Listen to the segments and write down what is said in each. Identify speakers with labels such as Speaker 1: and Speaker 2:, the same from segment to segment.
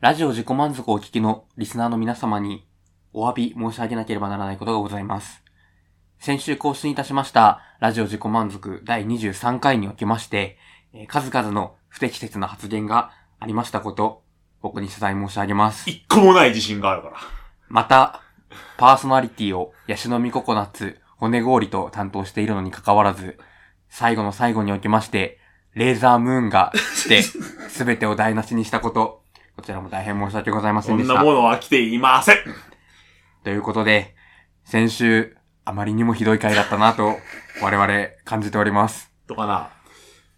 Speaker 1: ラジオ自己満足をお聞きのリスナーの皆様にお詫び申し上げなければならないことがございます。先週更新いたしましたラジオ自己満足第23回におきまして、えー数々の不適切な発言がありましたこと、ここに謝罪申し上げます。
Speaker 2: 一個もない自信があるから。
Speaker 1: また、パーソナリティをヤシの実ココナッツ、骨氷と担当しているのに関わらず、最後の最後におきまして、レーザームーンが来て、すべてを台無しにしたこと、こちらも大変申し訳ございませ
Speaker 2: こ
Speaker 1: んで
Speaker 2: ん
Speaker 1: し
Speaker 2: な
Speaker 1: た。
Speaker 2: ものは来ていません。
Speaker 1: ということで、先週、あまりにもひどい回だったな と、我々感じております。
Speaker 2: とかな。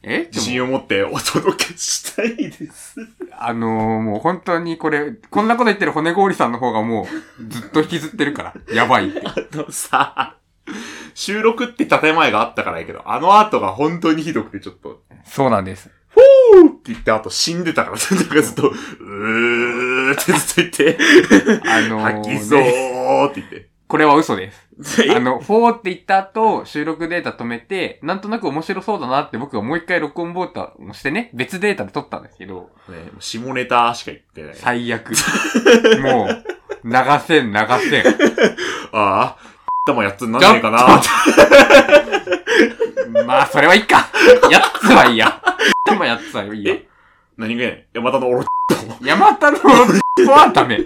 Speaker 1: え
Speaker 2: 自信を持ってお届けしたいです。
Speaker 1: あのー、もう本当にこれ、こんなこと言ってる骨氷さんの方がもう、ずっと引きずってるから、やばいって。
Speaker 2: あのさ、収録って建前があったからいいけど、あの後が本当にひどくてちょっと、
Speaker 1: そうなんです。
Speaker 2: ふーって言って、あと死んでたから、なんかずっと、うーってずっと言って、
Speaker 1: あのー、
Speaker 2: 吐きそう
Speaker 1: ね
Speaker 2: ーって言って。
Speaker 1: これは嘘です。あ
Speaker 2: え
Speaker 1: の、フォーって言った後、収録データ止めて、なんとなく面白そうだなって僕がもう一回録音ボタンをしてね、別データで撮ったんですけど、
Speaker 2: ね、もう下ネタしか言ってない。
Speaker 1: 最 悪。もう、流せん、流せん。
Speaker 2: ああ、玉やっつになんねえかなって。
Speaker 1: まあ、それはいいか。やつはいいや。でもやつはいいや。
Speaker 2: え何がやねん。山田のオロチ
Speaker 1: 山田のはダメ。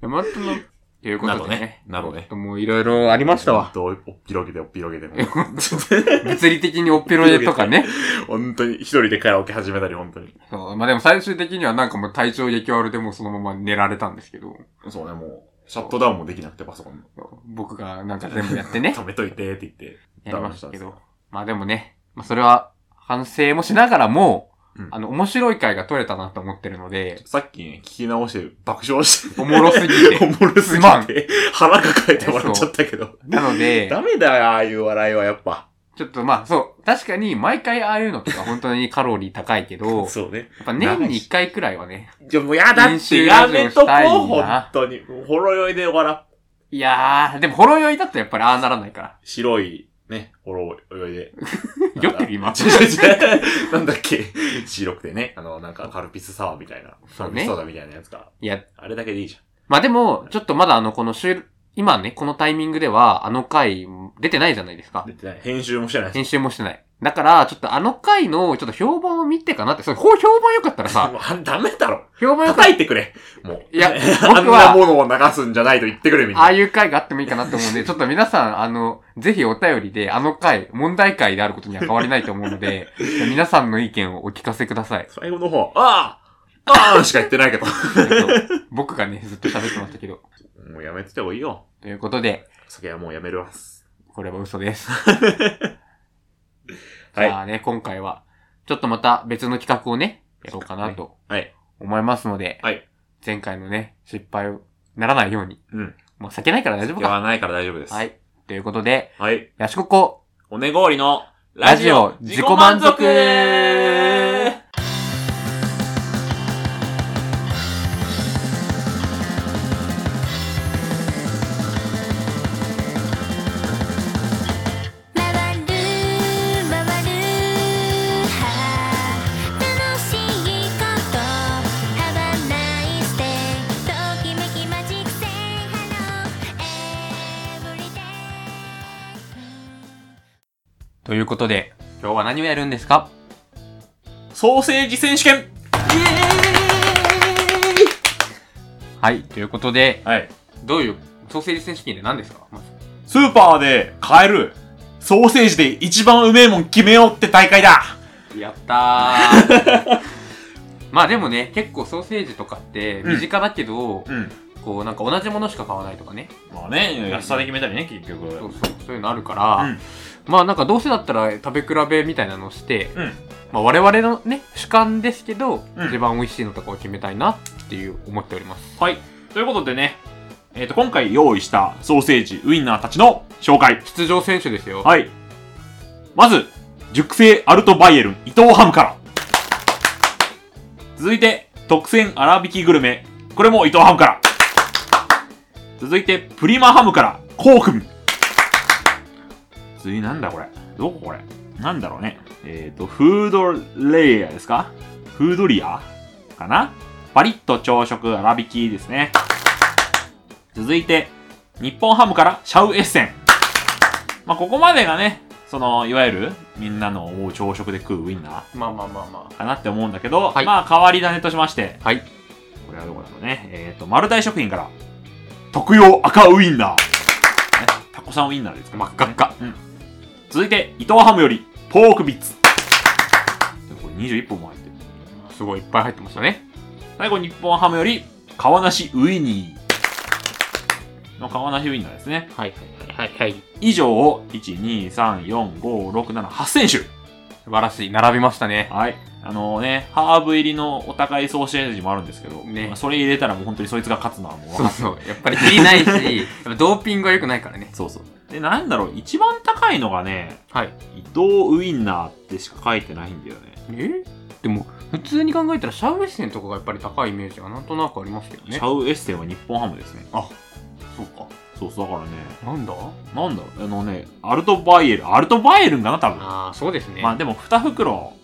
Speaker 1: 山田の、ということでね。
Speaker 2: などねなどね
Speaker 1: もういろいろありましたわ。
Speaker 2: おっ広げて、おっ広 げて。
Speaker 1: 物理的におっぴろえとかね。
Speaker 2: 本当に、一人でカラオケ始めたり、本当に。
Speaker 1: そう。まあでも最終的にはなんかもう体調激悪でもうそのまま寝られたんですけど。
Speaker 2: そうね、もう、シャットダウンもできなくて、パソコンの。
Speaker 1: 僕がなんか全部やって ね、
Speaker 2: 止めといて、って言って。
Speaker 1: やりましたけ
Speaker 2: ダメ
Speaker 1: ど
Speaker 2: で。
Speaker 1: まあでもね、まあそれは反省もしながらも、
Speaker 2: うん
Speaker 1: あの、面白い回が撮れたなと思ってるので、
Speaker 2: さっきね、聞き直して、爆笑して。
Speaker 1: おもろすぎ
Speaker 2: お
Speaker 1: て。
Speaker 2: もろす
Speaker 1: す
Speaker 2: ぎ
Speaker 1: まん
Speaker 2: て。腹抱えて笑っちゃったけど。
Speaker 1: なので、
Speaker 2: ダメだよ、ああいう笑いは、やっぱ。
Speaker 1: ちょっとまあそう、確かに毎回ああいうのとか本当にカロリー高いけど、や
Speaker 2: そうね。
Speaker 1: っぱ年に1回くらいはね、
Speaker 2: じゃもう、やだ
Speaker 1: 練
Speaker 2: って、
Speaker 1: 習
Speaker 2: やめとこう、
Speaker 1: ラジオしたいな
Speaker 2: 本当に。もうほろ酔いで笑っ
Speaker 1: いやー、でもほろ酔いだとやっぱりああならないから。
Speaker 2: 白い、ね、ほろ酔い で。
Speaker 1: 酔ってる今
Speaker 2: 違う違う違うなんだっけ白くてね、あの、なんかカルピスサワーみたいな。
Speaker 1: そうね
Speaker 2: カルピスソーダみたいなやつか。
Speaker 1: いや、
Speaker 2: あれだけでいいじゃん。
Speaker 1: まあでも、ちょっとまだあの、この週、今ね、このタイミングでは、あの回、出てないじゃないですか。
Speaker 2: 出てない。編集もしてないし。
Speaker 1: 編集もしてない。だから、ちょっとあの回の、ちょっと評判を見てかなって、それ、ほ評判良かったら さ、
Speaker 2: もうあダメだろ。
Speaker 1: 評判良かった
Speaker 2: 叩いてくれ。もう。
Speaker 1: いや
Speaker 2: あん
Speaker 1: 僕は
Speaker 2: なものを流すんじゃないと言ってくれ、みん
Speaker 1: ら、あ
Speaker 2: な。
Speaker 1: あいう回があってもいいかなと思うんで、ちょっと皆さん、あの、ぜひお便りで、あの回、問題回であることには変わりないと思うので、皆さんの意見をお聞かせください。
Speaker 2: 最後の方、ああああしか言ってないけど。
Speaker 1: えっと僕がね、ずっと喋ってましたけど。
Speaker 2: もうやめてた方がいいよ。
Speaker 1: ということで、
Speaker 2: 酒はもうやめるわ。
Speaker 1: これは嘘です。
Speaker 2: はい
Speaker 1: じゃあね、今回は、ちょっとまた別の企画をね、やろうかなと、
Speaker 2: はい。
Speaker 1: 思いますので、
Speaker 2: はい
Speaker 1: 前回のね、失敗を、ならないように。
Speaker 2: うん。
Speaker 1: もう避けないから大丈夫
Speaker 2: 言
Speaker 1: か。
Speaker 2: わないから大丈夫です。
Speaker 1: は。い。ということで、
Speaker 2: はい。
Speaker 1: ヤシココ、
Speaker 2: おねごりの、
Speaker 1: ラジオ自己満足
Speaker 3: 回る回る楽しいことハバナイスデーときめきマジック Say hello everyday
Speaker 1: ということで、今日は何をやるんですか
Speaker 2: ソーセージ選手権
Speaker 1: はい。ということで、
Speaker 2: はい。
Speaker 1: どういう、ソーセージ選手権で何ですかまず
Speaker 2: スーパーで買える、ソーセージで一番うめえもん決めようって大会だ
Speaker 1: やったー。 まあでもね、結構ソーセージとかって身近だけど、
Speaker 2: うん。
Speaker 1: こうなんか同じものしか買わないとかね。
Speaker 2: まあね、
Speaker 1: 安さで
Speaker 2: 決めたりね、結局。
Speaker 1: そううそう、そういうのあるから、
Speaker 2: ん。
Speaker 1: まあなんかどうせだったら食べ比べみたいなのをして、
Speaker 2: うん。
Speaker 1: まあ我々のね、主観ですけど、
Speaker 2: うん
Speaker 1: 一番美味しいのとかを決めたいなっていう思っております。
Speaker 2: はい。ということでね、えっ、と、今回用意したソーセージ、ウインナーたちの紹介。
Speaker 1: 出場選手ですよ。
Speaker 2: はい。まず、熟成アルトバイエルン、伊藤ハムから。続いて、特選粗挽きグルメ。これも伊藤ハムから。続いて、プリマハムから、コウくん。次、なんだこれ。どここれ。なんだろうね。えっ、と、フードレイヤーですかフードリアかなパリッと朝食粗挽きですね。続いて、日本ハムからシャウエッセン。まあ、ここまでがね、その、いわゆる、みんなの思う朝食で食うウインナ
Speaker 1: まあまあまあま
Speaker 2: ーかなって思うんだけど、
Speaker 1: はい
Speaker 2: まあ、変わり種としまして、
Speaker 1: あ。はい。
Speaker 2: これはどこだろうね。えっ、と、丸大食品から、特用赤ウインナー。ねタコさんウインナーですか、
Speaker 1: 真っ赤っか。
Speaker 2: うん。続いて、伊藤ハムより、ポークビッツ。でこれ21本も入ってる。
Speaker 1: すごいいっぱい入ってましたね。
Speaker 2: 最後、日本ハムより、川梨ウイニー。の川梨ウインナーですね。
Speaker 1: はいはいはいはい。
Speaker 2: 以上を、1、2、3、4、5、6、7、8選手。
Speaker 1: 素晴らしい。並びましたね。
Speaker 2: はい。あのね、ハーブ入りのお高いソーセージもあるんですけど、
Speaker 1: ね
Speaker 2: まあそれ入れたらもう本当にそいつが勝つのはもう分か
Speaker 1: そう
Speaker 2: る
Speaker 1: そう。やっぱり切り ないし、やっぱドーピングは良くないからね。
Speaker 2: そうそう。で、なんだろう、一番高いのがね、
Speaker 1: はい。
Speaker 2: 伊藤ウインナーってしか書いてないんだよね。
Speaker 1: えでも、普通に考えたらシャウエッセンとかがやっぱり高いイメージがなんとなくありますけど
Speaker 2: シ
Speaker 1: ね。
Speaker 2: ャウエッセンは日本ハムですね。
Speaker 1: あ、そうか。
Speaker 2: そうそう、だからね、
Speaker 1: なんだ
Speaker 2: なんだろう、あのね、アルトバイエル、アルトバイエルンだな、多分。
Speaker 1: ああ、そうですね。
Speaker 2: まあでも、2袋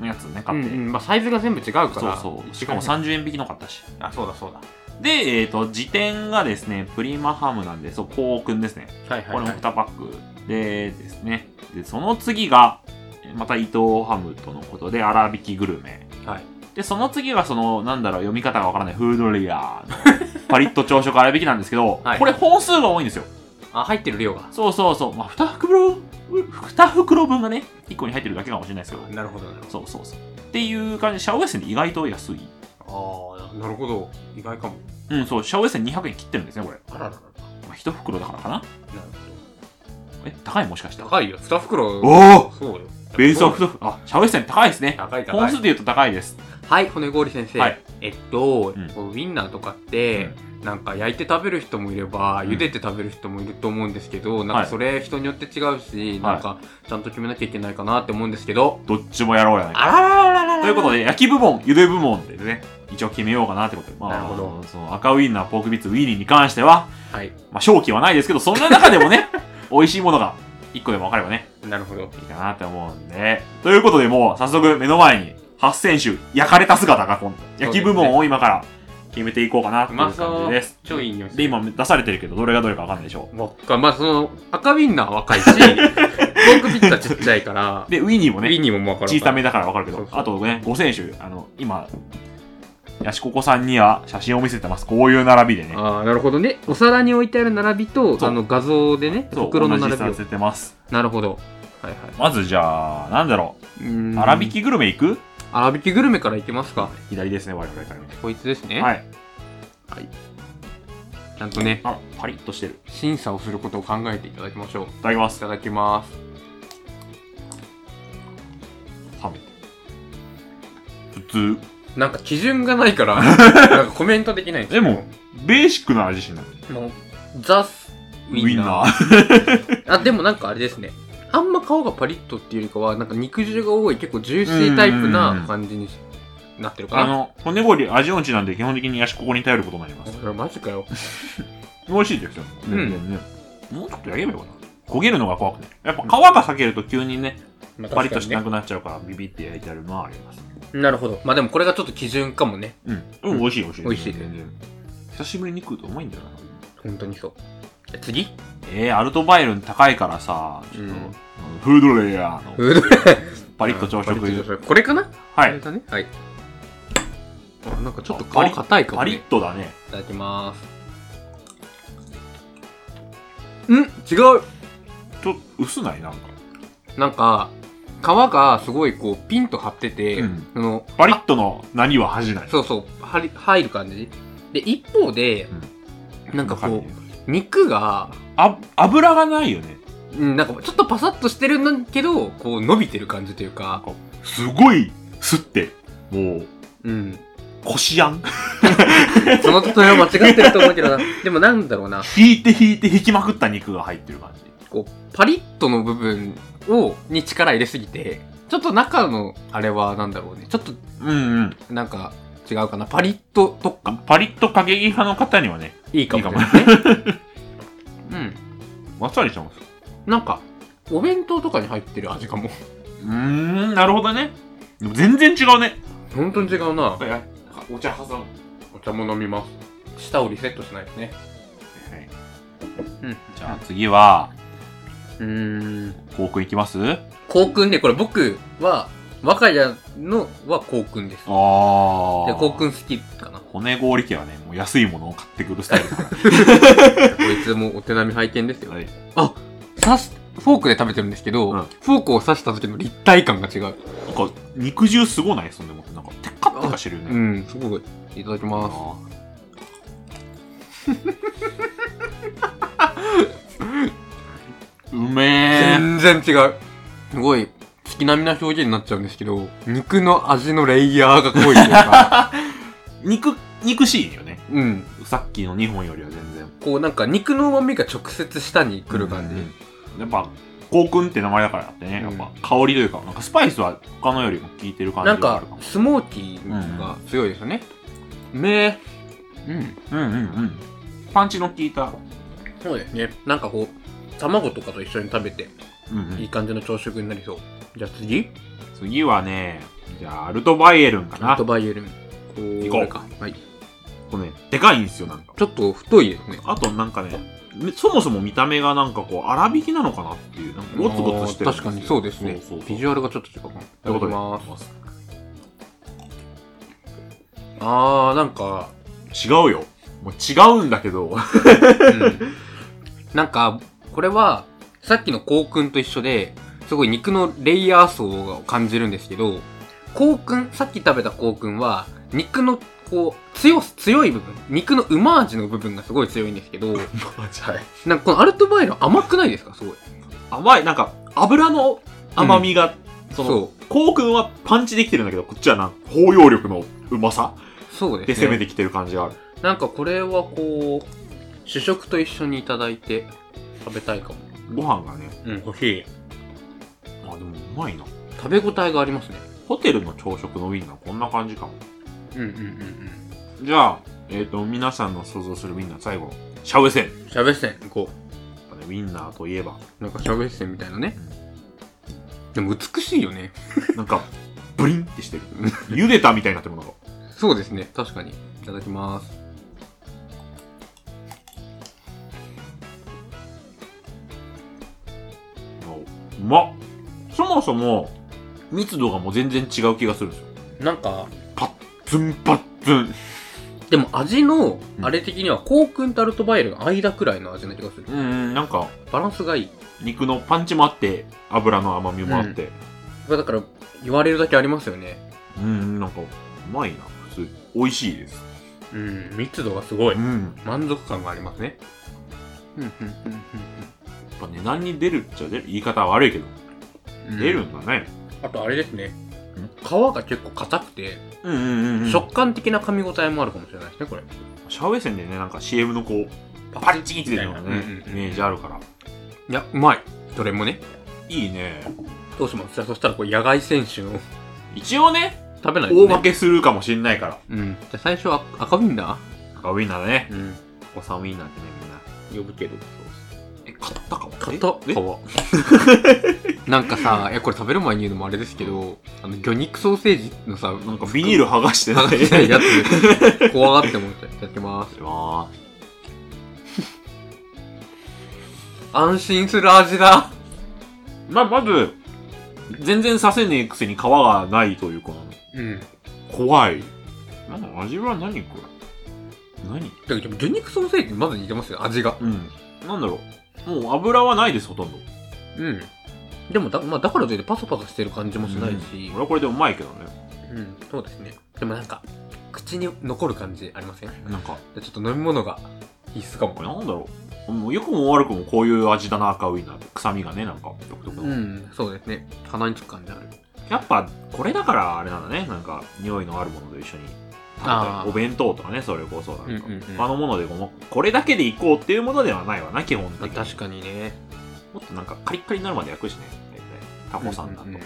Speaker 2: のやつね、
Speaker 1: う
Speaker 2: 買
Speaker 1: ん
Speaker 2: っ
Speaker 1: う
Speaker 2: て。
Speaker 1: ん、まあサイズが全部違うから。
Speaker 2: そうそう。しかも30円引きの買ったし。
Speaker 1: あ、そうだそうだ。
Speaker 2: で、えっ、と、時点がですね、プリマハムなんで、そう、コウくんですね。
Speaker 1: はい
Speaker 2: これも2パックでですね。で、その次が、また伊藤ハムとのことで、粗挽きグルメ。
Speaker 1: はい。
Speaker 2: で、その次がその、なんだろう、読み方がわからない、フードリアーのパリッと朝食あるべきなんですけど、
Speaker 1: はい
Speaker 2: これ本数が多いんですよ。
Speaker 1: あ、入ってる量が。
Speaker 2: そうそうそう。まあ、2袋、2袋分がね、1個に入ってるだけかもしれないですけど。
Speaker 1: なるほどなるほ
Speaker 2: そうそうそう。っていう感じで、シャウエッセンで意外と安い。
Speaker 1: ど。ああ、なるほど。意外かも。
Speaker 2: うん、そう、シャウエッセン200円切ってるんですね、これ。
Speaker 1: あらららら。
Speaker 2: まあ、1袋だからかな
Speaker 1: なる
Speaker 2: え、高いもしかして。
Speaker 1: 高いよ。2袋。
Speaker 2: お
Speaker 1: そうよ。
Speaker 2: ベースは太く、あ、シャウエッセン高いですね。
Speaker 1: 高い高
Speaker 2: 本
Speaker 1: い
Speaker 2: 数。で言うと高いです。
Speaker 1: はい、骨氷先生。
Speaker 2: はい
Speaker 1: えっと、
Speaker 2: うん
Speaker 1: こうウインナーとかって、なんか焼いて食べる人もいれば、
Speaker 2: うん
Speaker 1: 茹でて食べる人もいると思うんですけど、なん
Speaker 2: は
Speaker 1: か
Speaker 2: い
Speaker 1: それ人によって違うし、なんかちゃんと決めなきゃいけないかなって思うんですけど、
Speaker 2: どっちもやろうやないか。
Speaker 1: あらららららら
Speaker 2: ということで、焼き部門、茹で部門でね、一応決めようかなってことで、まあ、
Speaker 1: なるほど
Speaker 2: その赤ウインナー、ポークビッツ、ウィーニーに関しては、
Speaker 1: はい、
Speaker 2: まあ、正気はないですけど、そんな中で もね、美味しいものが一個でも分かればね、
Speaker 1: なるほど。
Speaker 2: いいかなって思うんで。ということで、もう早速目の前に、八選手、焼かれた姿が今度、焼き部門を今から決めていこうかなっていう
Speaker 1: うま
Speaker 2: 感
Speaker 1: そ
Speaker 2: じ
Speaker 1: う
Speaker 2: です。
Speaker 1: 超いい匂いする
Speaker 2: で、今出されてるけど、どれがどれか分かんないでしょ
Speaker 1: わっか、まあその、赤ウインナーは 若いし、ポークピッツァちっちゃいから
Speaker 2: う。、で、ウィーニー
Speaker 1: ウ
Speaker 2: も
Speaker 1: ィ
Speaker 2: ね、
Speaker 1: ンニーももうわからん
Speaker 2: 小さめだから分かるけ
Speaker 1: そ
Speaker 2: ど
Speaker 1: う、そう
Speaker 2: あとね、5選手、あの、今、ヤシココさんには写真を見せてます。こういう並びでね。
Speaker 1: ああ、なるほどね。お皿に置いてある並びと、
Speaker 2: そう
Speaker 1: あの画像でね、
Speaker 2: そう、
Speaker 1: 袋の
Speaker 2: 同
Speaker 1: 並
Speaker 2: じ
Speaker 1: び
Speaker 2: さ
Speaker 1: を。
Speaker 2: せてます。
Speaker 1: なるほど。はいはい。
Speaker 2: まずじゃあ、なんだろ
Speaker 1: うー
Speaker 2: う。
Speaker 1: ん
Speaker 2: 粗挽きグルメ行く
Speaker 1: 粗挽きグルメからいきますか。
Speaker 2: 左ですね、我々から見て。
Speaker 1: こいつですね。
Speaker 2: はい。
Speaker 1: ちゃんとね、
Speaker 2: あら、パリッとしてる。
Speaker 1: 審査をすることを考えていただきましょう。い
Speaker 2: いただきます。
Speaker 1: ただきます。
Speaker 2: 冷めて。普通。
Speaker 1: なんか基準がない から、なんかコメントできないんです
Speaker 2: で
Speaker 1: よ
Speaker 2: も、、ベーシックな味しない。
Speaker 1: もうザ・ウィンナー。
Speaker 2: ー。
Speaker 1: あ、でもなんかあれですね。あんま皮がパリッとっていうよりかは、なんか肉汁が多い、結構ジューシータイプな感じになってるか
Speaker 2: あ
Speaker 1: な。
Speaker 2: の、骨氷味音痴なんで基本的にヤシここに頼ることになります。
Speaker 1: いやマジかよ。
Speaker 2: 美味しいですよ。
Speaker 1: ん
Speaker 2: 全然ね。もうちょっと焼けばよかった。焦げるのが怖くて。やっぱ皮が裂けると急にね、
Speaker 1: まあ
Speaker 2: パリッとしな
Speaker 1: ね。
Speaker 2: くなっちゃうから、ビビって焼いてあるのはあります。
Speaker 1: なるほど。まあでもこれがちょっと基準かもね。
Speaker 2: うん。うん、美味しい美味しい。
Speaker 1: 美味しい
Speaker 2: 全然。久しぶりに食うとうまいんだよな。
Speaker 1: 本当にそう。じゃあ次
Speaker 2: えー、アルトバイルン高いからさ、ちょっと、
Speaker 1: うん
Speaker 2: あのフードレイヤーの
Speaker 1: うどん
Speaker 2: パリッと朝
Speaker 1: パリッと朝
Speaker 2: 食。
Speaker 1: 食これかな
Speaker 2: は
Speaker 1: これ
Speaker 2: い。
Speaker 1: だね。はい。あなんかちょっと皮
Speaker 2: あパリ
Speaker 1: 硬いかも、
Speaker 2: パリ
Speaker 1: ね
Speaker 2: ッ。とだね。
Speaker 1: いただきます。ん違う
Speaker 2: ちょっと薄ないなんか。
Speaker 1: なんか、皮がすごいこうピンと張ってて、
Speaker 2: うん
Speaker 1: その、
Speaker 2: パリッとの何は恥じない。
Speaker 1: そうそう、はり入る感じ。で、一方で、なんかこう、肉が、
Speaker 2: あ、油がないよね。
Speaker 1: うん、なんかちょっとパサッとしてるんだけど、こう伸びてる感じというか、
Speaker 2: すごい、吸って、もう、
Speaker 1: うん。
Speaker 2: こしあん。
Speaker 1: その例えは間違ってると思うけどな。 でもなんだろうな、
Speaker 2: 引いて引いて引きまくった肉が入ってる感じ。
Speaker 1: こう、パリッとの部分を、に力入れすぎて、ちょっと中の、あれはなんだろうね、ちょっと
Speaker 2: うん
Speaker 1: なんか違うかな。パリッとと
Speaker 2: うん。パリッと過激派の方にはね、
Speaker 1: いい
Speaker 2: か
Speaker 1: か
Speaker 2: も
Speaker 1: も
Speaker 2: ね
Speaker 1: ね。
Speaker 2: まっさりしてます。
Speaker 1: うん。なんか、お弁当とかに入ってる味かも。
Speaker 2: うーん、なるほどね。でも全然違うね。
Speaker 1: 本当に違うな。
Speaker 2: やっぱお茶挟む。は
Speaker 1: お茶も飲みます。舌をリセットしないとね。
Speaker 2: い。
Speaker 1: うん。
Speaker 2: じゃあ次は、
Speaker 1: うーん。
Speaker 2: コウ君いきます
Speaker 1: 校訓で、これ僕は、若屋のは校訓です。で、
Speaker 2: ああ。
Speaker 1: 校訓好きかな。
Speaker 2: 骨氷家はね、もう安いものを買ってくる スタイルだか
Speaker 1: こいつもお手並み拝見ですよ
Speaker 2: ら。。はい
Speaker 1: 刺し、フォークで食べてるんですけど、
Speaker 2: うん
Speaker 1: フォークを刺した時の立体感が違う。
Speaker 2: なんか、肉汁すごないそんでもって。なんか、テカテカしてるよね。
Speaker 1: うん、すごい。いただき
Speaker 2: あ
Speaker 1: ま
Speaker 2: ー う
Speaker 1: す。
Speaker 2: めえ。
Speaker 1: 全然違う。すごい、月並みな表現になっちゃうんですけど、肉の味のレイヤーが濃いという か、
Speaker 2: 肉、肉しいよね。
Speaker 1: うん。
Speaker 2: さっきの2本よりは全然。
Speaker 1: こうなんか肉の旨味が直接舌に来る感じ。
Speaker 2: うんやっぱ、コウ君って名前だからあってね、やっぱ香りというか、なんかスパイスは他のよりも効いてる感じ
Speaker 1: なん
Speaker 2: があ
Speaker 1: か
Speaker 2: るかも。、
Speaker 1: スモーキーが強いですよね。ねうん。
Speaker 2: うんうんうん。パンチの効いた。
Speaker 1: そうですね。なんかこう、卵とかと一緒に食べて、
Speaker 2: うんうん
Speaker 1: いい感じの朝食になりそう。じゃあ次、
Speaker 2: 次はね、じゃあ、アルトバイエルンか
Speaker 1: ア
Speaker 2: な
Speaker 1: ルト。バイエルン。こ
Speaker 2: 行
Speaker 1: う
Speaker 2: こう
Speaker 1: れか。はい。
Speaker 2: これね、でかいんですよ、なんか。
Speaker 1: ちょっと太いですね。
Speaker 2: あとなんかね、めそもそも見た目がなんかこう、粗挽きなのかなっていう、なんかゴツゴツしてるん
Speaker 1: 確かにそうですね
Speaker 2: そうそうそう
Speaker 1: ビジュアルがちょっと違うかもい
Speaker 2: ということで
Speaker 1: ますあーなんか、
Speaker 2: 違うよ。もう違うんだ けど。
Speaker 1: うん、なんかこれはさっきの香薫と一緒ですごい肉のレイヤー層を感じるんですけど香薫さっき食べた香薫は肉のこう強す強い部分肉のうま味の部分がすごい強いんですけどなんかこのアルトバイの甘くないですかすごい
Speaker 2: 甘い、なんか、油の甘みが、その、
Speaker 1: そ
Speaker 2: コウ君はパンチできてるんだけど、こっちはなんか、包容力のうまさ
Speaker 1: うそう
Speaker 2: で
Speaker 1: です
Speaker 2: 攻
Speaker 1: ね
Speaker 2: めてきてる感じがある。
Speaker 1: なんかこれはこう主食と一緒にいただいて食べたいかも
Speaker 2: ご飯がね、
Speaker 1: うん欲しい
Speaker 2: あ、でもうまいな。
Speaker 1: 食べ応えがありますね
Speaker 2: ホテルの朝食のウィンナーこんな感じかも。
Speaker 1: うんうんうん
Speaker 2: じゃあ、えっ、と、皆さんの想像するウィンナー最後、シャウエッセン。やっ
Speaker 1: うんしゃべせん行こ
Speaker 2: ぱね、ウィンナーといえば、
Speaker 1: うなんかしゃべせんみたいなねでも美しいよね
Speaker 2: なんか、 ブリンってしてる。 茹でたみたいになってるものが。
Speaker 1: そうですね確かにいただきます
Speaker 2: うまっそもそも、密度がもう全然違う気がするんですよ。
Speaker 1: なんか
Speaker 2: パッツンパッツン。
Speaker 1: でも味のあれ的にはコウクンとアルトバイエルの間くらいの味な気がする
Speaker 2: うん、なんか、
Speaker 1: バランスがいい
Speaker 2: 肉のパンチもあって、油の甘みもあって。
Speaker 1: だから言われるだけありますよね
Speaker 2: うん、なんか、うまいな。普通、美味しいです。
Speaker 1: うん密度がすごい
Speaker 2: うん。
Speaker 1: 満足感がありますねうんうんうん
Speaker 2: やっぱ値段に出るっちゃ出る。言い方は悪いけど、
Speaker 1: うん
Speaker 2: 出るんだね。
Speaker 1: あとあれですね皮が結構硬くて、
Speaker 2: うんうんうん
Speaker 1: 食感的な噛み応えもあるかもしれないですねこれ
Speaker 2: シャウエッセンでね、なんか CM のこう、パリチンって出るようなね、
Speaker 1: うんうんうん
Speaker 2: イメージあるから。
Speaker 1: いやうまいどれもね
Speaker 2: いいね。
Speaker 1: どうしますじゃあそしたらこう野外選手を
Speaker 2: 一応ね、
Speaker 1: 食べない
Speaker 2: 大
Speaker 1: ね
Speaker 2: 負けするかもしんないから。
Speaker 1: うんじゃあ最初は赤ウインナ
Speaker 2: なんかウィンナーだね
Speaker 1: ー。うん
Speaker 2: お子さんウィンナーってね、みん
Speaker 1: 呼
Speaker 2: な。
Speaker 1: ぶけど
Speaker 2: え、買ったかも。
Speaker 1: 買っ
Speaker 2: ええ
Speaker 1: た皮 なんかさいやこれ食べる前に言うのもあれですけどあの魚肉ソーセージの さ
Speaker 2: なんかビニール剥がして
Speaker 1: 剥がし
Speaker 2: ね。
Speaker 1: た いや
Speaker 2: っ
Speaker 1: つ怖がってもらってます
Speaker 2: てまーす。
Speaker 1: 安心する味だ
Speaker 2: まあ、まず、全然させねえくせに皮がないというか、
Speaker 1: うん
Speaker 2: 怖い。なんか味は何これ何
Speaker 1: だけど魚肉ソーセージにまず似てますよ味が
Speaker 2: うん。なんだろう。もう油はないです、ほとんど。
Speaker 1: うんでもだ,、まあ、だからといってパサパサしてる感じもしないし
Speaker 2: うん俺はこれでうまいけどね。
Speaker 1: うん、そうですね。でもなんか、口に残る感じありませんじゃ
Speaker 2: なんか、
Speaker 1: あちょっと飲み物が必須かも
Speaker 2: こ。れなんだろう。もう良くも悪くもこういう味だな、赤ウインナーって。臭みがね、なんか、独特の。
Speaker 1: うん、そうですね。鼻につく感じある。
Speaker 2: やっぱ、これだからあれなんだね。なんか、匂いのあるものと一緒に食べた
Speaker 1: あ
Speaker 2: い。
Speaker 1: ー
Speaker 2: お弁当とかね、それこそなんか。
Speaker 1: うんうんうん
Speaker 2: 他のものでこの、これだけでいこうっていうものではないわな、基本
Speaker 1: まあ
Speaker 2: 的に。
Speaker 1: 確かにね。
Speaker 2: もっとなんか、カリッカリになるまで焼くしね。大体、タコさんだ
Speaker 1: う
Speaker 2: と。うん
Speaker 1: うん
Speaker 2: ん。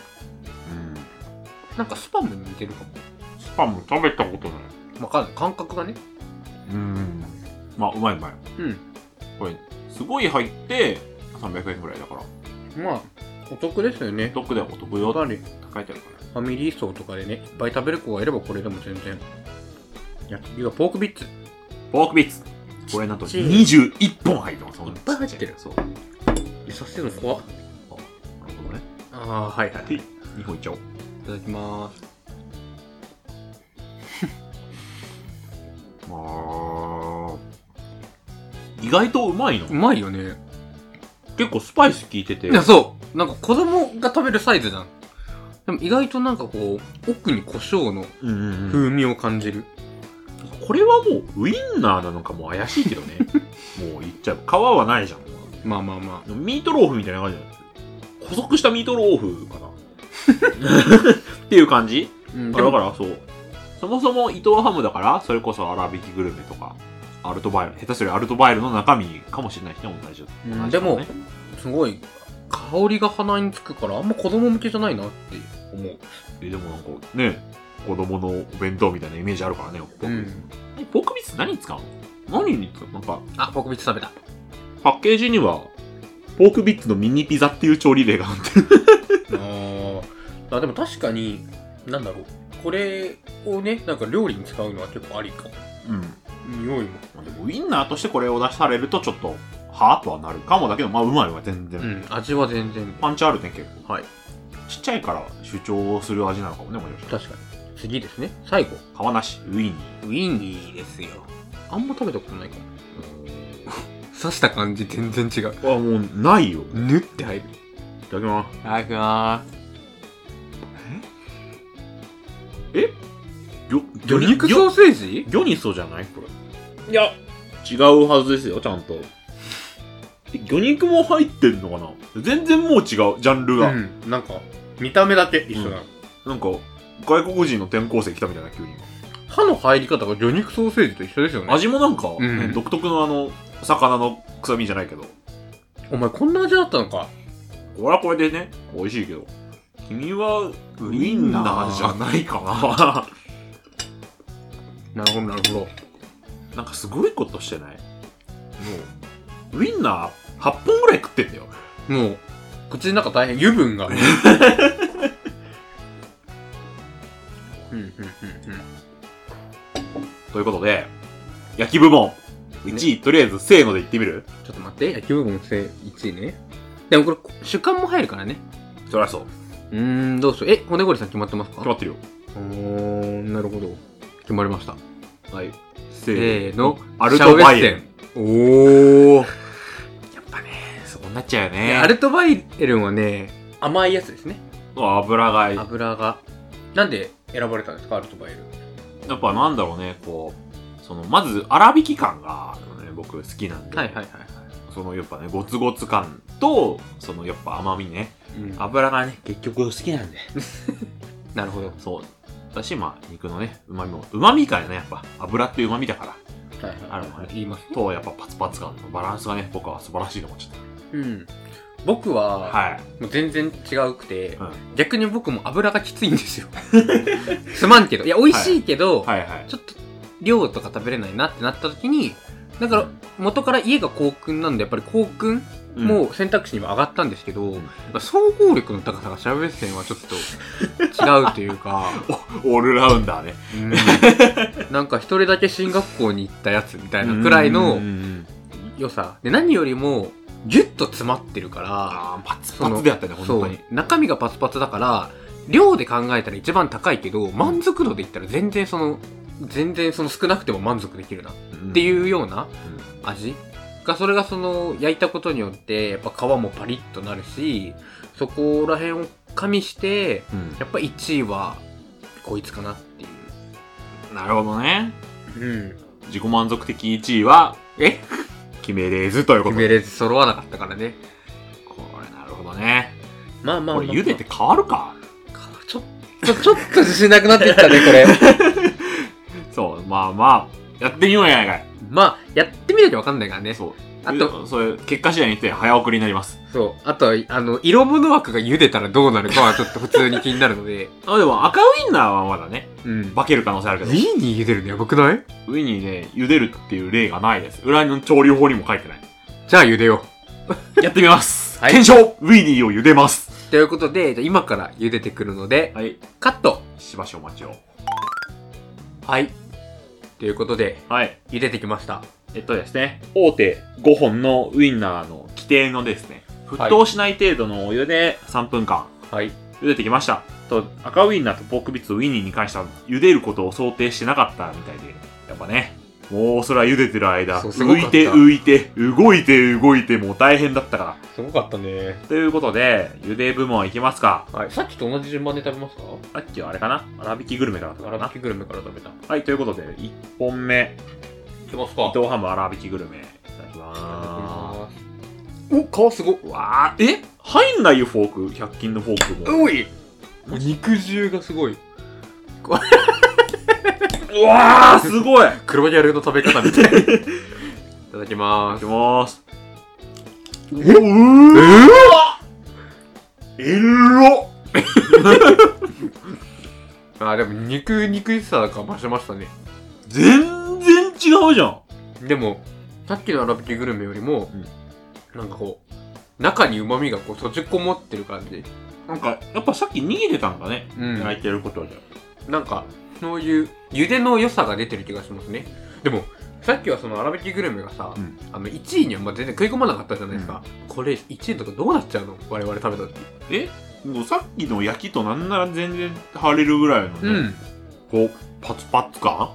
Speaker 1: なんかスパムに似てるかも。
Speaker 2: スパム食べたことない。
Speaker 1: わかんない。感覚がね。
Speaker 2: うん。まあ、うまいうまい。
Speaker 1: うん。
Speaker 2: これ、すごい入って、300円ぐらいだから。
Speaker 1: まあ、お得ですよね
Speaker 2: お。得だよ、お得
Speaker 1: やっ
Speaker 2: よ
Speaker 1: ぱ
Speaker 2: って
Speaker 1: り、
Speaker 2: 書いてあるから。
Speaker 1: ファミリー層とかでね、いっぱい食べる子がいればこれでも全然。焼き鳥はポークビッツ。
Speaker 2: ポークビッツ。これなんと
Speaker 1: ちっち
Speaker 2: 21本入ってます。
Speaker 1: いっぱい入ってる
Speaker 2: そう。
Speaker 1: え、させるの怖っ。
Speaker 2: あなるほどね。
Speaker 1: ああ、はいはい。い
Speaker 2: 2本いっちゃおう。
Speaker 1: ただきます。
Speaker 2: まあ、意外とうまいの
Speaker 1: う。まいよね。
Speaker 2: 結構スパイス効いてて
Speaker 1: い。や、そう。なんか子供が食べるサイズじゃん。でも意外となんかこう、奥に胡椒の
Speaker 2: うんうんうん
Speaker 1: 風味を感じる。
Speaker 2: これはもうウインナーなのかも怪しいけど ね。もういっちゃう。皮はないじゃん。
Speaker 1: まあまあま
Speaker 2: ミートローフみたいな感じじゃない補足したミートローフかな。 っていう感じ
Speaker 1: あ。うん、
Speaker 2: あだからそう。そもそも伊藤ハムだから、それこそ粗挽きグルメとか、アルトバイル、下手すりゃアルトバイルの中身かもしれないしね、同じだ
Speaker 1: うん
Speaker 2: 同じ
Speaker 1: で
Speaker 2: だね
Speaker 1: も、すごい、香りが鼻につくから、あんま子供向けじゃないなって思う。
Speaker 2: えでもなんかね、子供のお弁当みたいなイメージあるからね、ポークビッツ。えポークビッツ何に使うの何に使うなんか、
Speaker 1: あ、ポークビッツ食べた。
Speaker 2: パッケージには、ポークビッツのミニピザっていう調理例があって。
Speaker 1: あーあでも確かになんだろうこれをねなんか料理に使うのは結構ありかも
Speaker 2: うん。
Speaker 1: 匂いも
Speaker 2: でも、ウインナーとしてこれを出されると、ちょっと、はぁとはなるかもだけど、まあ、うまいわ、全然。
Speaker 1: うん味は全然
Speaker 2: パンチあるね、結構。
Speaker 1: はい
Speaker 2: ちっちゃいから主張する味なのかもね、もしかした
Speaker 1: 確
Speaker 2: ら
Speaker 1: かに次ですね最後
Speaker 2: 皮なし、ウインナー。
Speaker 1: ウィニーですよあんま食べたことないかも 刺した感じ全然違う
Speaker 2: あ、もう、ないよ。い
Speaker 1: ぬって入る
Speaker 2: ただきます。
Speaker 1: いただきます
Speaker 2: 魚、
Speaker 1: 魚肉ソーセージ
Speaker 2: 魚にそじゃないこれ。
Speaker 1: いや
Speaker 2: 違うはずですよ、ちゃんと。え魚肉も入ってんのかな全然もう違う、ジャンル
Speaker 1: う
Speaker 2: が。
Speaker 1: んなんか見た目だけ一緒だ、
Speaker 2: うなんか、外国人の転校生来たみたいな、急に。
Speaker 1: 歯の入り方が魚肉ソーセージと一緒ですよね
Speaker 2: 味もなんか、
Speaker 1: うん
Speaker 2: ね独特のあの、魚の臭みじゃないけど。
Speaker 1: お前こんな味だったのか
Speaker 2: これはこれでね、美味しいけど。君は、ウ
Speaker 1: イ
Speaker 2: イ
Speaker 1: ン
Speaker 2: ン
Speaker 1: ナー
Speaker 2: ナーじゃないかな。
Speaker 1: なるほどなるほど
Speaker 2: なんかすごいことしてないもう、ウインナー8本ぐらい食ってんだよ。
Speaker 1: もう、口の中大変、油分が。 うんうんうんうん。
Speaker 2: ということで、焼き部門、1位、とりあえず、せーのでいってみる
Speaker 1: ちょっと待って、焼き部門せ1位ね。でもこれ、主観も入るからね。
Speaker 2: そりゃそう。
Speaker 1: うーん、どうしよう。え、骨ごりさん決まってますか
Speaker 2: 決まってるよ。
Speaker 1: うーん、なるほど。決まりました。
Speaker 2: はい。せ
Speaker 1: せーの、
Speaker 2: アルトバイエル。
Speaker 1: ル。おー。
Speaker 2: やっぱね、そうなっちゃうよ
Speaker 1: い
Speaker 2: ね。
Speaker 1: やアルトバイエルンはね、甘いやつですね。
Speaker 2: 油がいい。や
Speaker 1: 油が。なんで選ばれたんですか、アルトバイエルン。
Speaker 2: っぱなんだろうね、こう、その、まず、粗挽き感が、ね、僕好きなんで。
Speaker 1: はいはいはい。
Speaker 2: その、やっぱね、ゴツゴツ感と、その、やっぱ甘みね。
Speaker 1: うん
Speaker 2: 油がね、結局好きなんで。
Speaker 1: なるほど。
Speaker 2: そう。だし、まあ、肉のね、旨味も、旨味かよね、やっぱ。油って旨味だから。
Speaker 1: はい
Speaker 2: ある
Speaker 1: は
Speaker 2: の
Speaker 1: い。
Speaker 2: ね
Speaker 1: 言います。
Speaker 2: と、やっぱパツパツ感のバランスがね、僕は素晴らしいと思っちゃっ
Speaker 1: うん。僕
Speaker 2: た。
Speaker 1: は、
Speaker 2: はい。
Speaker 1: もう全然違うくて、
Speaker 2: うん
Speaker 1: 逆に僕も油がきついんですよ。 すまんけど。いや、美味しいけど、
Speaker 2: はいはい。
Speaker 1: ちょっと量とか食べれないなってなった時に、だから元から家が香薫なんで、やっぱり香薫
Speaker 2: うん
Speaker 1: も選択肢には上がったんですけど、
Speaker 2: ん
Speaker 1: 総合力の高さがシャウエッセンはちょっと違うという か、
Speaker 2: オールラウンダーね。
Speaker 1: うんなんか一人だけ進学校に行ったやつみたいなく
Speaker 2: く
Speaker 1: らいの良さ。で、何よりも、ギュッと詰まってるから、
Speaker 2: ああ、パツパツであったね、本
Speaker 1: そ
Speaker 2: 当
Speaker 1: う
Speaker 2: に。
Speaker 1: 中身がパツパツだから量で考えたら一番高いけど満足度で言ったら全然その全然その少なくても満足できるなっ
Speaker 2: って。
Speaker 1: いううような味がそれがその焼いたことによってやっぱ皮もパリッとなるしそこら辺を加味して
Speaker 2: うん
Speaker 1: やっぱ1位はこいつかなってい
Speaker 2: なるほどね。
Speaker 1: ううん
Speaker 2: 自己満足的1位は、
Speaker 1: え
Speaker 2: 決めれずというこ
Speaker 1: 決
Speaker 2: と
Speaker 1: め
Speaker 2: で。
Speaker 1: れず揃わなかったからね
Speaker 2: これ、なるほどね。
Speaker 1: まあまあ
Speaker 2: こ
Speaker 1: まあ
Speaker 2: れ、茹でて変わるか
Speaker 1: ちょっと ちょっと自信なくなってきたねこれ
Speaker 2: そう、まあまあ、やってみようやないかい。
Speaker 1: まあやってみなきゃわかんないからね
Speaker 2: そう。
Speaker 1: あと、
Speaker 2: そういう、結果次第にして早送りになります。
Speaker 1: そう。あとは、あの、色物枠が茹でたらどうなるかはちょっと普通に気になるので。
Speaker 2: あ、でも赤ウインナーはまだね、
Speaker 1: うん。
Speaker 2: 化ける可能性あるけ
Speaker 1: ウ
Speaker 2: ど。
Speaker 1: ィーに茹でるのやばくない
Speaker 2: ウィにね、茹でるっていう例がないです。裏の調理法にも書いてない。
Speaker 1: じゃあ茹でよ
Speaker 2: やってみ ます。
Speaker 1: はい
Speaker 2: 検証ウィニーを茹でます。
Speaker 1: う。ということで、じゃあ今から茹でてくるので、
Speaker 2: はい。
Speaker 1: カット
Speaker 2: しばしお待ちを。
Speaker 1: はい。ということで、
Speaker 2: はい。
Speaker 1: 茹でてきました。
Speaker 2: えっとですね、大手5本のウインナーの規定のですね、沸騰しない程度のお湯で3分間
Speaker 1: はい。
Speaker 2: 茹でてきました。と、赤ウインナーとポークビッツウインニーに関しては、茹でることを想定してなかったみたいで、やっぱね、もうそれは茹でてる間、
Speaker 1: そうすご
Speaker 2: 浮
Speaker 1: か
Speaker 2: い
Speaker 1: った
Speaker 2: て浮いて、動いて動いて、もう大変だったか
Speaker 1: すごかったね。
Speaker 2: ら。ということで、茹で部門いきますか。
Speaker 1: はい。さっきと同じ順番で食べますか
Speaker 2: さっきはあれかな粗挽きグルメからとか
Speaker 1: 粗
Speaker 2: な
Speaker 1: 挽。きグルメから食べた。い
Speaker 2: はい、ということで、1本目、
Speaker 1: きますか
Speaker 2: 伊藤ハム粗挽きグルメ。いただきま
Speaker 1: お、皮すごっ
Speaker 2: す。わあ、え入んないよ、フォーク。100均のフォークも。
Speaker 1: おい肉汁がすごい。
Speaker 2: うわあ、すごいい
Speaker 1: 黒ギャルの食べ方みたい。 いただきまー
Speaker 2: ただき
Speaker 1: す。
Speaker 2: ます。
Speaker 1: え
Speaker 2: うーえろ
Speaker 1: あ、でも肉肉しさが増しましたね。
Speaker 2: 全然違うじゃん
Speaker 1: でも、さっきの粗挽きグルメよりも、
Speaker 2: うん
Speaker 1: なんかこう、中に旨味がこう閉じこもってる感じ。
Speaker 2: なんか、やっぱさっき逃げてたんだね。
Speaker 1: うん
Speaker 2: 焼いてることで。
Speaker 1: なんか、そういう、茹での良さが出てる気がしますね。でも、さっきはその粗挽きグルメがさ、
Speaker 2: うん
Speaker 1: あの1位にはまあ全然食い込まなかったじゃないですか。これ1位とかどうなっちゃうの我々食べた時。
Speaker 2: えもうさっきの焼きとなんなら全然腫れるぐらいのね、
Speaker 1: うん。
Speaker 2: こう、パツパツ感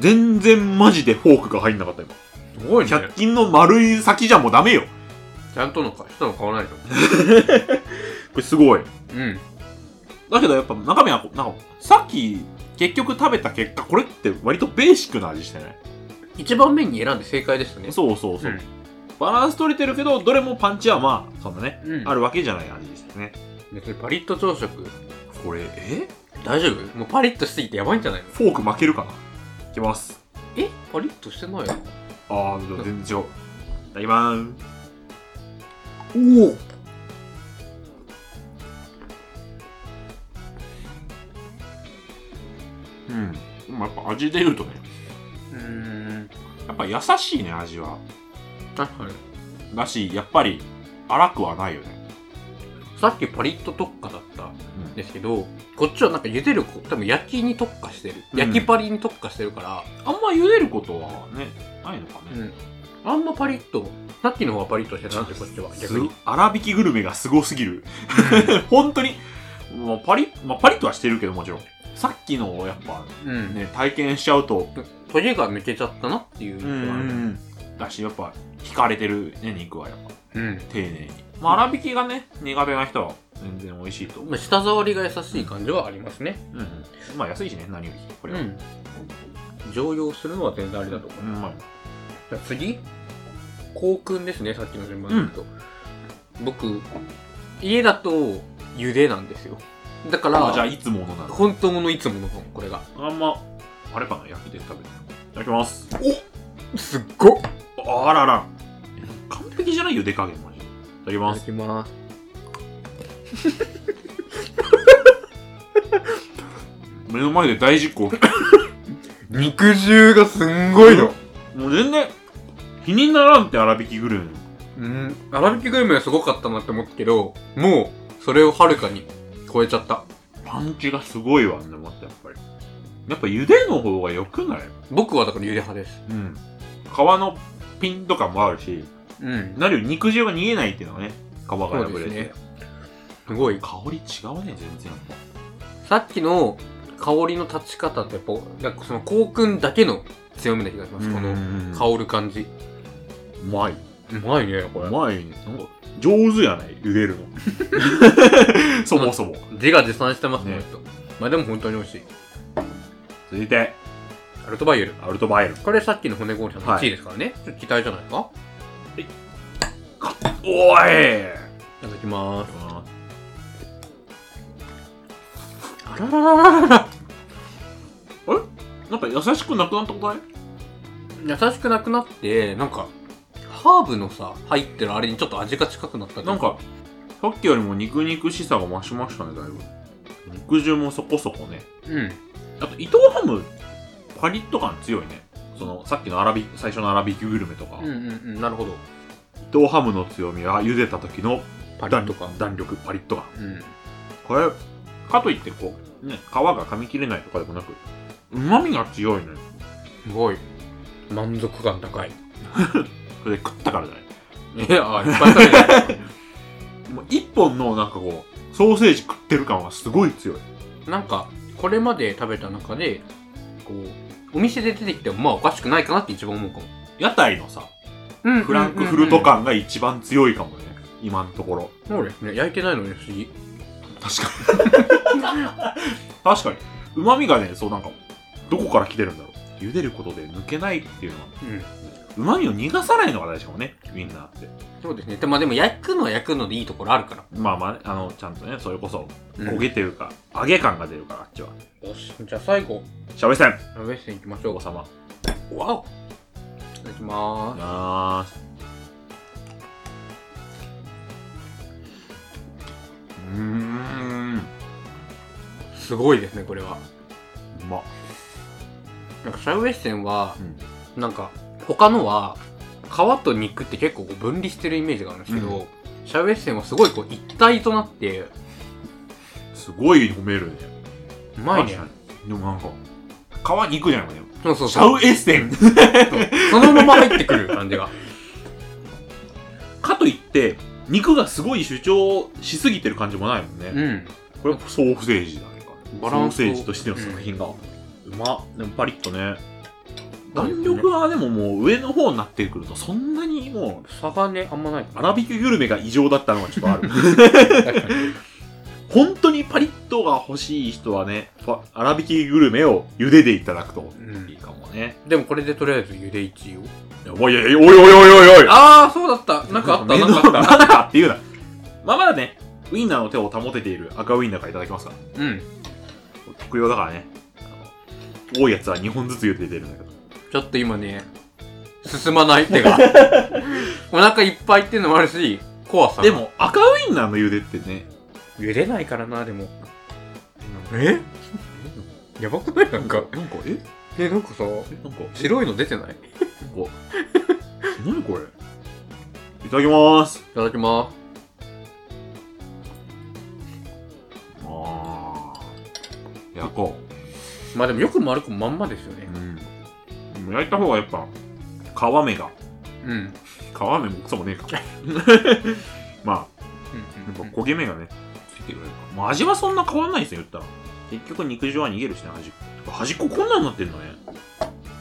Speaker 2: 全然マジでフォークが入んなかった今。
Speaker 1: すごいね。
Speaker 2: 100均の丸い先じゃもうダメよ。
Speaker 1: ちゃんとのか、人の買わないと。
Speaker 2: これすごい。
Speaker 1: うん。
Speaker 2: だけどやっぱ中身はこう、なんか、さっき結局食べた結果、これって割とベーシックな味してない
Speaker 1: 一番目に選んで正解でしたね。
Speaker 2: そうそうそう。
Speaker 1: うん
Speaker 2: バランス取れてるけど、どれもパンチはまあ、そんなね、
Speaker 1: うん
Speaker 2: あるわけじゃない味ですよね。
Speaker 1: 別にパリッと朝食、
Speaker 2: これ、え
Speaker 1: 大丈夫もうパリッとしすぎてやばいんじゃないの
Speaker 2: フォーク負けるかないきます。
Speaker 1: えパリッとしてない
Speaker 2: ああ、でも全然違う。いただきまーす。おおうん。でもやっぱ味で言うとね、
Speaker 1: うん。
Speaker 2: やっぱ優しいね、味は。
Speaker 1: 確かに。
Speaker 2: だし、やっぱり、荒くはないよね。
Speaker 1: さっきパリッと特化だったんですけど、こっちはなんか茹でるこ、多分焼きに特化してる。
Speaker 2: うん
Speaker 1: 焼きパリに特化してるから、
Speaker 2: あんま茹でることはね、ないのかね。
Speaker 1: うんあんまパリッと、さっきの方がパリッとしてたなってこっちは、逆に。
Speaker 2: 粗挽きグルメがすごすぎる 本当に、まあ、パリッ、まあ、パリッとはしてるけどもちろんさっきのをやっぱ
Speaker 1: うん。
Speaker 2: ね体験しちゃうと
Speaker 1: トゲが抜けちゃったなっていうのがあるね
Speaker 2: だしやっぱ引かれてるね肉はやっぱ
Speaker 1: うん。
Speaker 2: 丁寧にまあ粗挽きがね苦手な人は全然美味しいと思う、
Speaker 1: まあ舌触りが優しい感じはありますね。
Speaker 2: うんうんまあ安いしね何よりこれは、
Speaker 1: うん。常用するのは全然ありだと思う。
Speaker 2: うんまい
Speaker 1: じゃあ次、香薫ですね、さっきの順番で言うと。僕、家だと茹でなんですよ。だか
Speaker 2: あ
Speaker 1: ら、
Speaker 2: じゃあいつものなの
Speaker 1: 本当のいつもの本、これが。
Speaker 2: あんまあれかな焼きで食べてるいただきます
Speaker 1: すっごっい
Speaker 2: あらら完璧じゃない茹で加減マジでいただき
Speaker 1: た
Speaker 2: ま
Speaker 1: だ
Speaker 2: す
Speaker 1: きます。
Speaker 2: 目の前で大実行
Speaker 1: 肉汁がすんごいの。
Speaker 2: もう全然、気にならんって粗挽きグルメ。
Speaker 1: うん。粗挽きグルメはすごかったなって思ったけど、もう、それをはるかに超えちゃった。
Speaker 2: パンチがすごいわね、またやっぱり。やっぱ茹での方が良くない
Speaker 1: 僕はだから茹で派です。
Speaker 2: うん。皮のピンとかもあるし、
Speaker 1: うん。
Speaker 2: なるより肉汁が逃げないっていうのがね、皮が破
Speaker 1: そう
Speaker 2: れ
Speaker 1: で
Speaker 2: て。
Speaker 1: すねすごい。
Speaker 2: 香り違うね、全然。
Speaker 1: さっきの香りの立ち方ってやっぱ、なんかその香薫だけの強みな気がします。この
Speaker 2: の
Speaker 1: 香る感じ。
Speaker 2: うまい。
Speaker 1: うまいね、こ
Speaker 2: う
Speaker 1: れ。
Speaker 2: まいね。なんか、上手やない茹でるの。 そもそも。
Speaker 1: 自画自賛してますね、
Speaker 2: ね
Speaker 1: この人。まあでも本当に美味しい。
Speaker 2: 続いて、
Speaker 1: アルトバイエル。
Speaker 2: アルトバイエル。
Speaker 1: これさっきの骨ゴールさんの
Speaker 2: はい
Speaker 1: 1位ですからね。ちょっと期待じゃないですか
Speaker 2: おい
Speaker 1: いただきまーす。
Speaker 2: あららららららえなんか優しくなくなったことない
Speaker 1: 優しくなくなって、なんか、ハーブのさ、入ってるあれにちょっと味が近くなった
Speaker 2: なんか、さっきよりも肉肉しさが増しましたねだいぶ肉汁もそこそこね
Speaker 1: うん。
Speaker 2: あと伊藤ハムパリッと感強いねそのさっきの粗び最初の粗挽きグルメとか、
Speaker 1: うん
Speaker 2: 伊
Speaker 1: うんうん、なるほど。
Speaker 2: 藤ハムの強みは茹でた時の
Speaker 1: パリッとか。
Speaker 2: 弾弾力パリッと感
Speaker 1: うん。
Speaker 2: これかといってこうね皮が噛み切れないとかでもなくうまみが強いね
Speaker 1: すごい。満足感高い。
Speaker 2: これで食ったからじゃない
Speaker 1: いや、あいっぱい食べた。
Speaker 2: もう一本のなんかこうソーセージ食ってる感はすごい強い
Speaker 1: なんか、これまで食べた中で、こう、お店で出てきても、まあおかしくないかなって一番思うかも。
Speaker 2: 屋台のさ
Speaker 1: うん
Speaker 2: フランクフルト。感が一番強いかもね今のところ
Speaker 1: そうですね。焼いてないのに不思議。
Speaker 2: 確かに 確かにうまみがねそうなんかどこから来てるんだろう茹でることで抜けないっていうのは
Speaker 1: うん。
Speaker 2: うまみを逃がさないのが大事かもねウインナーって
Speaker 1: そうですね。でまあでも焼くのは焼くのでいいところあるから。
Speaker 2: まあまあねあのちゃんとねそれこそ
Speaker 1: うん
Speaker 2: 焦げというか、揚げ感が出るからあっちは
Speaker 1: よし。じゃあ最後、
Speaker 2: しゃべせん
Speaker 1: 鍋線いきまし
Speaker 2: お
Speaker 1: ょ
Speaker 2: 子
Speaker 1: う。
Speaker 2: 様
Speaker 1: わお。いただきまーす。
Speaker 2: あーうーんう
Speaker 1: すごいですね、これは。
Speaker 2: まっ
Speaker 1: なんかシャウエッセンは
Speaker 2: う、ん
Speaker 1: なんか、他のは、皮と肉って結構こう分離してるイメージがあるんですけど、
Speaker 2: う
Speaker 1: シャウエッセンはすごいこう一体となって、
Speaker 2: すごい褒めるね
Speaker 1: うまいね。
Speaker 2: 確かにでもなんか皮肉じゃないもんね
Speaker 1: そうそう
Speaker 2: シャ
Speaker 1: そう。
Speaker 2: ウエッセン
Speaker 1: そのまま入ってくる感じが。
Speaker 2: かといって肉がすごい主張しすぎてる感じもないもん ね、
Speaker 1: うん。
Speaker 2: これソーセージだね
Speaker 1: バランスを
Speaker 2: ソーセージとしての作品が、うまっでもパリッとね弾力はでももう上の方になってくるとそんなにもう
Speaker 1: 差がね、あんまない。
Speaker 2: 粗挽きグルメが異常だったのはちょっとあ る
Speaker 1: 確かに。
Speaker 2: 本当にパリッとが欲しい人はねファ粗挽きグルメを茹ででいただくと
Speaker 1: うん
Speaker 2: いいかもね、
Speaker 1: でもこれでとりあえず茹で1位を。
Speaker 2: おいおいおいおいおいおい
Speaker 1: あー、そうだった。なんかあった、
Speaker 2: 面
Speaker 1: なん
Speaker 2: 倒
Speaker 1: かあっ
Speaker 2: なんかっていうなまあまだねウインナーの手を保てている赤ウインナーからいただきますか
Speaker 1: た。うん。
Speaker 2: 特用だからねあの多いやつは2本ずつ茹でてるんだけど
Speaker 1: ちょっと今ね、進まない手 が。お腹いっぱいっていうのもあるし、怖さ。
Speaker 2: で、も赤ウインナーの茹でってね
Speaker 1: 茹でないからな、でも。えやばくないなんか。
Speaker 2: なんかえ
Speaker 1: え、なんかさ、
Speaker 2: なんか
Speaker 1: 白いの出てないい
Speaker 2: なんか 何これいただきます
Speaker 1: ただきま
Speaker 2: あー焼こ
Speaker 1: す。まあでもよく丸くまんまですよ
Speaker 2: う
Speaker 1: ね
Speaker 2: う。んでも焼いた方がやっぱ皮目が
Speaker 1: うん。うん
Speaker 2: 皮目もクソも ねえかまあやっぱ焦げ目がねついてくれるから、まあ、味はそんな変わんないですよ言ったら結局肉汁は逃げるしね端っこ端っここんなんなってんのね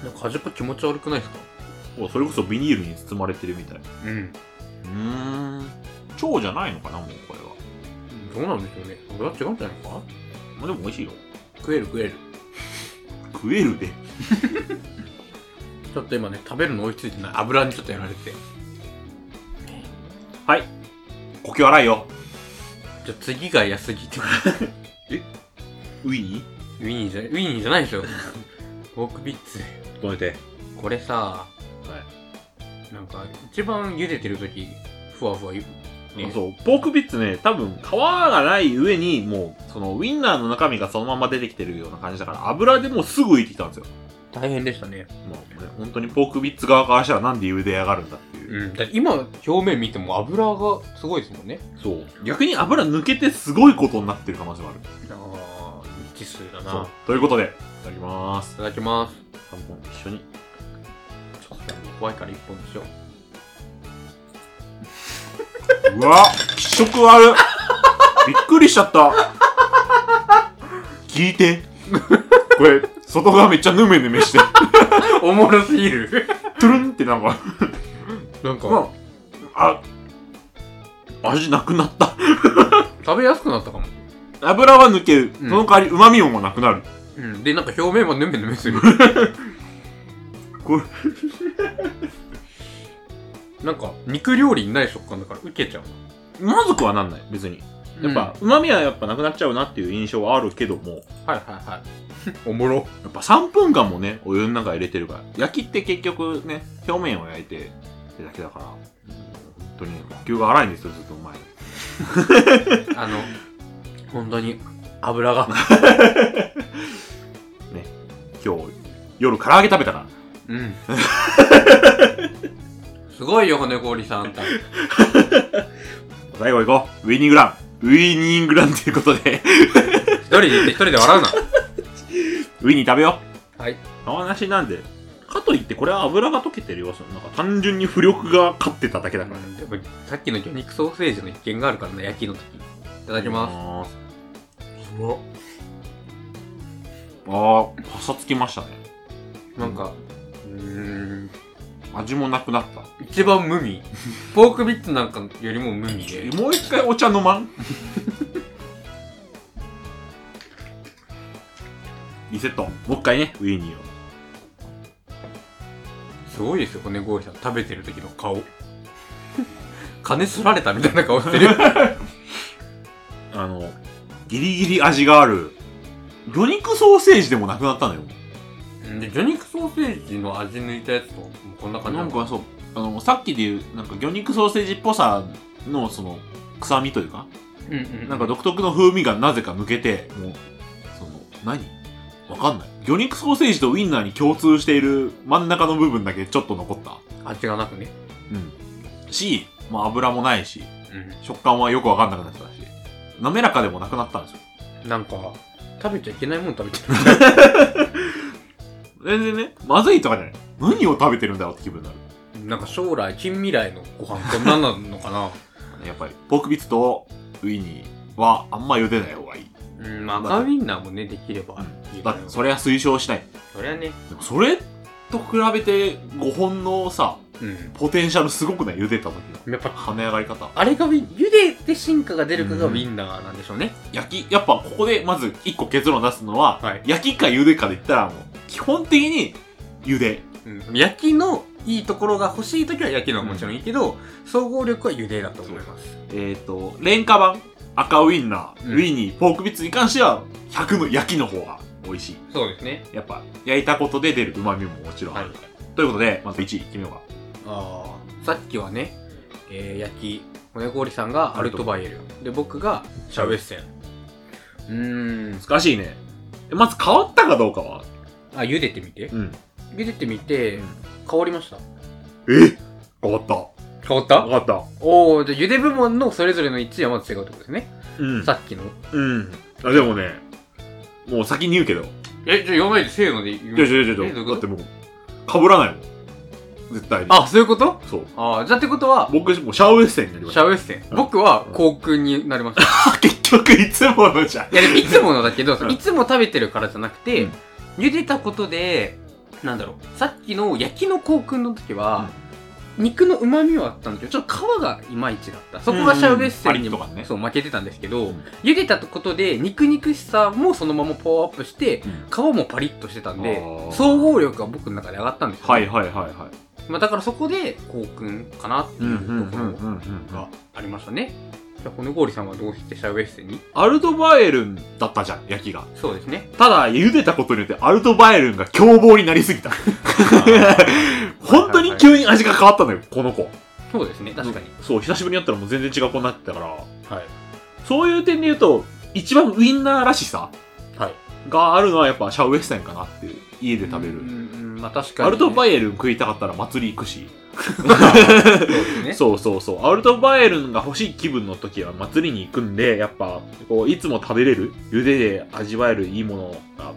Speaker 1: なんか端っこ気持ち悪くないですか
Speaker 2: おそれこそビニールに包まれてるみたい
Speaker 1: うん。
Speaker 2: うん腸じゃないのかなもうこれは
Speaker 1: どうなんでしょうね。俺は違うんじゃないか
Speaker 2: まあでも美味しいよ
Speaker 1: 食える食える。
Speaker 2: 食えるで
Speaker 1: ちょっと今ね、食べるの追いついてない。油にちょっとやられて。
Speaker 2: はい呼吸荒いよ
Speaker 1: じゃあ次が安ぎってこと
Speaker 2: ウィニ
Speaker 1: ウィニーじゃ、ウィニーじゃないで しょ。ポークビッツ。
Speaker 2: ー止めて
Speaker 1: これさ、
Speaker 2: は
Speaker 1: なんか、一番茹でてるとき、ふわふわゆ、
Speaker 2: い、
Speaker 1: ね
Speaker 2: そうポークビッツね多分皮がない上にもうそのウインナーの中身がそのまま出てきてるような感じだから油でもうすぐ浮いてきたんですよ
Speaker 1: 大変でしたね。
Speaker 2: まあね本当にポークビッツ側からしたらなんで茹で上がるんだっていう、
Speaker 1: うん。だって今、表面見ても油がすごいですもんね。
Speaker 2: そう逆に油抜けてすごいことになってる可能性もある
Speaker 1: ああ、未知数だ
Speaker 2: そう
Speaker 1: な。
Speaker 2: ということでいただきます
Speaker 1: いただきます。
Speaker 2: 3本一緒に
Speaker 1: ちょっと怖いから一本でしょ。
Speaker 2: うわ気色あるびっくりしちゃった聞いてこれ外側めっちゃヌメヌメして
Speaker 1: おもろすぎる。
Speaker 2: トゥルンってなんか
Speaker 1: なんか、
Speaker 2: まああ味なくなった
Speaker 1: 食べやすくなったかも。
Speaker 2: 油は抜ける、
Speaker 1: うん
Speaker 2: その代わりうまみもなくなる
Speaker 1: うん。で、なんか表面もぬめぬめす る。
Speaker 2: これ
Speaker 1: なんか、肉料理にない食感だから、ウケちゃう。
Speaker 2: まずくはなんない別にやっぱ、うまみはやっぱなくなっちゃうなっていう印象はあるけども
Speaker 1: うん、はいはいはい。 おもろ。
Speaker 2: やっぱ3分間もねお湯の中入れてるから焼きって結局ね表面を焼いてってだけだからうん本当にね呼吸が荒いんですよずっと前に
Speaker 1: あの、本当に、油が。
Speaker 2: 今日夜唐揚げ食べたから
Speaker 1: うん。 すごいよ、骨氷さんあんた。
Speaker 2: 最後行こうウィニングランウィニングランということで
Speaker 1: 一人で行って一人で笑うな。
Speaker 2: ウィニー食べよ
Speaker 1: はい。
Speaker 2: うお話なんでかといってこれは油が溶けてる要素なんか単純に浮力が勝ってただけだからね
Speaker 1: やっぱりさっきの魚肉ソーセージの一件があるからね、焼きの時。いただきます。
Speaker 2: すうまっあーパサつきましたね
Speaker 1: なんか、うーん、
Speaker 2: 味もなくなった
Speaker 1: 一番無味。ポークビッツなんかよりも無味で。
Speaker 2: もう一回お茶飲まん リセットもう一回ねウィニーを
Speaker 1: すごいですよ、骨ゴーさん。食べてる時の顔。金すられたみたいな顔してる。
Speaker 2: あのギリギリ味がある魚肉ソーセージでもなくなったのよ
Speaker 1: で、魚肉ソーセージの味抜いたやつと、もうこんな感じ
Speaker 2: な
Speaker 1: の
Speaker 2: んかそうあのさっきでいうなんか魚肉ソーセージっぽさのその臭みというか
Speaker 1: うんうん。
Speaker 2: なんか独特の風味がなぜか抜けて、もう、その、何わかんない。魚肉ソーセージとウインナーに共通している真ん中の部分だけちょっと残った。
Speaker 1: 味がなくね。
Speaker 2: うん。し、まあ油もないし、
Speaker 1: う
Speaker 2: 食感はよくわかんなくなってたし、滑らかでもなくなったんですよ。
Speaker 1: ん。なんか、食べちゃいけないもん食べてる。
Speaker 2: 全然ね、まずいとかじゃない。何を食べてるんだろうって気分になる。
Speaker 1: なんか将来、近未来のご飯こんなんなのかな
Speaker 2: やっぱり、ポークビッツとウインニーはあんま茹でない方がいい。
Speaker 1: うん、まあ赤ウインナーもね、できればいい
Speaker 2: だ
Speaker 1: か
Speaker 2: っ
Speaker 1: な
Speaker 2: て、それは推奨しない。
Speaker 1: そりゃね。
Speaker 2: でもそれと比べて5本のさ、
Speaker 1: うん。
Speaker 2: ポテンシャルすごくない茹でた時の。
Speaker 1: やっぱ、
Speaker 2: 跳ね上がり方
Speaker 1: あれがウィン、茹でて進化が出るかがウィンナーなんでしょうね。
Speaker 2: 焼きやっぱここでまず1個結論出すのは、
Speaker 1: はい
Speaker 2: 焼きか茹でかで言ったらもう基本的に茹で
Speaker 1: うん。焼きのいいところが欲しいときは焼きのはもちろんいいけど、総合力は茹でだと思います。
Speaker 2: えっ、と廉価版赤ウインナー、
Speaker 1: うん
Speaker 2: ウィニーポークビッツに関しては100の焼きの方が美味しい
Speaker 1: そうですね。
Speaker 2: やっぱ焼いたことで出る旨味ももちろんある、
Speaker 1: はい
Speaker 2: ということでまず1位決めようか
Speaker 1: ああ。さっきはね、えー、焼き、骨氷さんがアルトバイエル。で、僕がシャウエッセン。うーん。
Speaker 2: 難しいねえまず変わったかどうかは
Speaker 1: あ、茹でてみて。
Speaker 2: うん
Speaker 1: 茹でてみて、
Speaker 2: うん
Speaker 1: 変わりました。
Speaker 2: え変わった
Speaker 1: 変わった
Speaker 2: 変わった
Speaker 1: おおじゃあ茹で部門のそれぞれの1位はまず違うってことですね。
Speaker 2: うん
Speaker 1: さっきの。
Speaker 2: うんあでもねもう先に言うけど
Speaker 1: え、じゃあ読まないで、せーので言
Speaker 2: いやいやいやい
Speaker 1: え
Speaker 2: や
Speaker 1: どういう
Speaker 2: だ
Speaker 1: こ
Speaker 2: って
Speaker 1: と
Speaker 2: もう、かぶらないもん。絶対に。
Speaker 1: あ、そういうこと
Speaker 2: そう。
Speaker 1: ああ、じゃあってことは、
Speaker 2: 僕、もうシャウエッセンになりまし
Speaker 1: シ
Speaker 2: た。
Speaker 1: ャウエッセン。僕は航空になりました。
Speaker 2: 結局、いつものじゃん。
Speaker 1: いや、でもいつものだけど
Speaker 2: う、ん
Speaker 1: いつも食べてるからじゃなくて、
Speaker 2: うん
Speaker 1: 茹でたことで、なんだろう、さっきの焼きの航空の時は、肉の旨味はあったんだけど、ちょっと皮がいまいちだった。そこがシャウエッセンに
Speaker 2: うんうんパリッとかね
Speaker 1: そう負けてたんですけど、
Speaker 2: うん
Speaker 1: 茹でたことで肉肉しさもそのままパワーアップして、皮もパリッとしてたんで
Speaker 2: あー
Speaker 1: 総合力が僕の中で上がったんですよ、
Speaker 2: はいはいはいは
Speaker 1: まあ、だからそこでこうくんかなって
Speaker 2: い。
Speaker 1: いうところ
Speaker 2: うん
Speaker 1: がありましたね、じゃあ骨氷さんはどうしてシャウエッセンに
Speaker 2: アルトバエルンだったじゃん、焼きが。
Speaker 1: そうですね
Speaker 2: ただ、茹でたことによって、アルトバエルンが凶暴になり すぎた。本当に急に味が変わったのよ、この子。
Speaker 1: そうですね確かに、
Speaker 2: そう、久しぶりにやったらもう全然違う子になってたから。
Speaker 1: はい
Speaker 2: そういう点で言うと、一番ウインナーらしさ
Speaker 1: はい
Speaker 2: があるのはやっぱシャウエッセンかなっていう。家で食べる。
Speaker 1: うんうんまあ確かに、
Speaker 2: アルトバ
Speaker 1: イ
Speaker 2: イエルン食いたかったら祭り行くし。
Speaker 1: そうですね
Speaker 2: そうそうそう。アルトバイエルンが欲しい気分の時は祭りに行くんで、やっぱ、こう、いつも食べれる、茹でで味わえるいいものが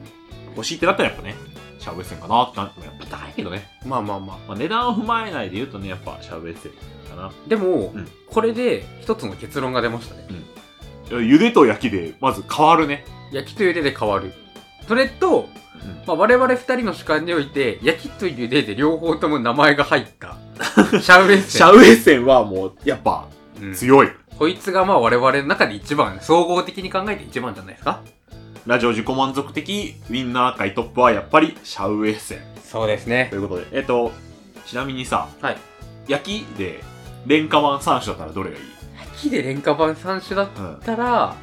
Speaker 2: 欲しいってなったらやっぱね、シャウエッセンかなってなってもやっぱ高いけどね。
Speaker 1: まあまあま
Speaker 2: まあ、値段を踏まえないで言うとね、やっぱシャウエッセンかな。
Speaker 1: あでも、
Speaker 2: うん
Speaker 1: これで一つの結論が出ましたね
Speaker 2: 茹でと焼きで、まず変わるね。
Speaker 1: 焼きと茹でで変わるそれと、
Speaker 2: うん。
Speaker 1: まあ、我々二人の主観において焼きと茹でで両方とも名前が入ったシャウエッセン
Speaker 2: シャウエッセンはもう、やっぱ、
Speaker 1: うん
Speaker 2: 強い。
Speaker 1: こいつがまあ我々の中で一番、総合的に考えて一番じゃないですか
Speaker 2: ラジオ自己満足的ウィンナー界トップはやっぱりシャウエッセン。
Speaker 1: そうですね
Speaker 2: と。いうことで、えっと、ちなみにさ、
Speaker 1: はい
Speaker 2: 焼きで、廉価版3種だったらどれがいい
Speaker 1: 木で廉価版3種だっ
Speaker 2: うん。あ
Speaker 1: たら、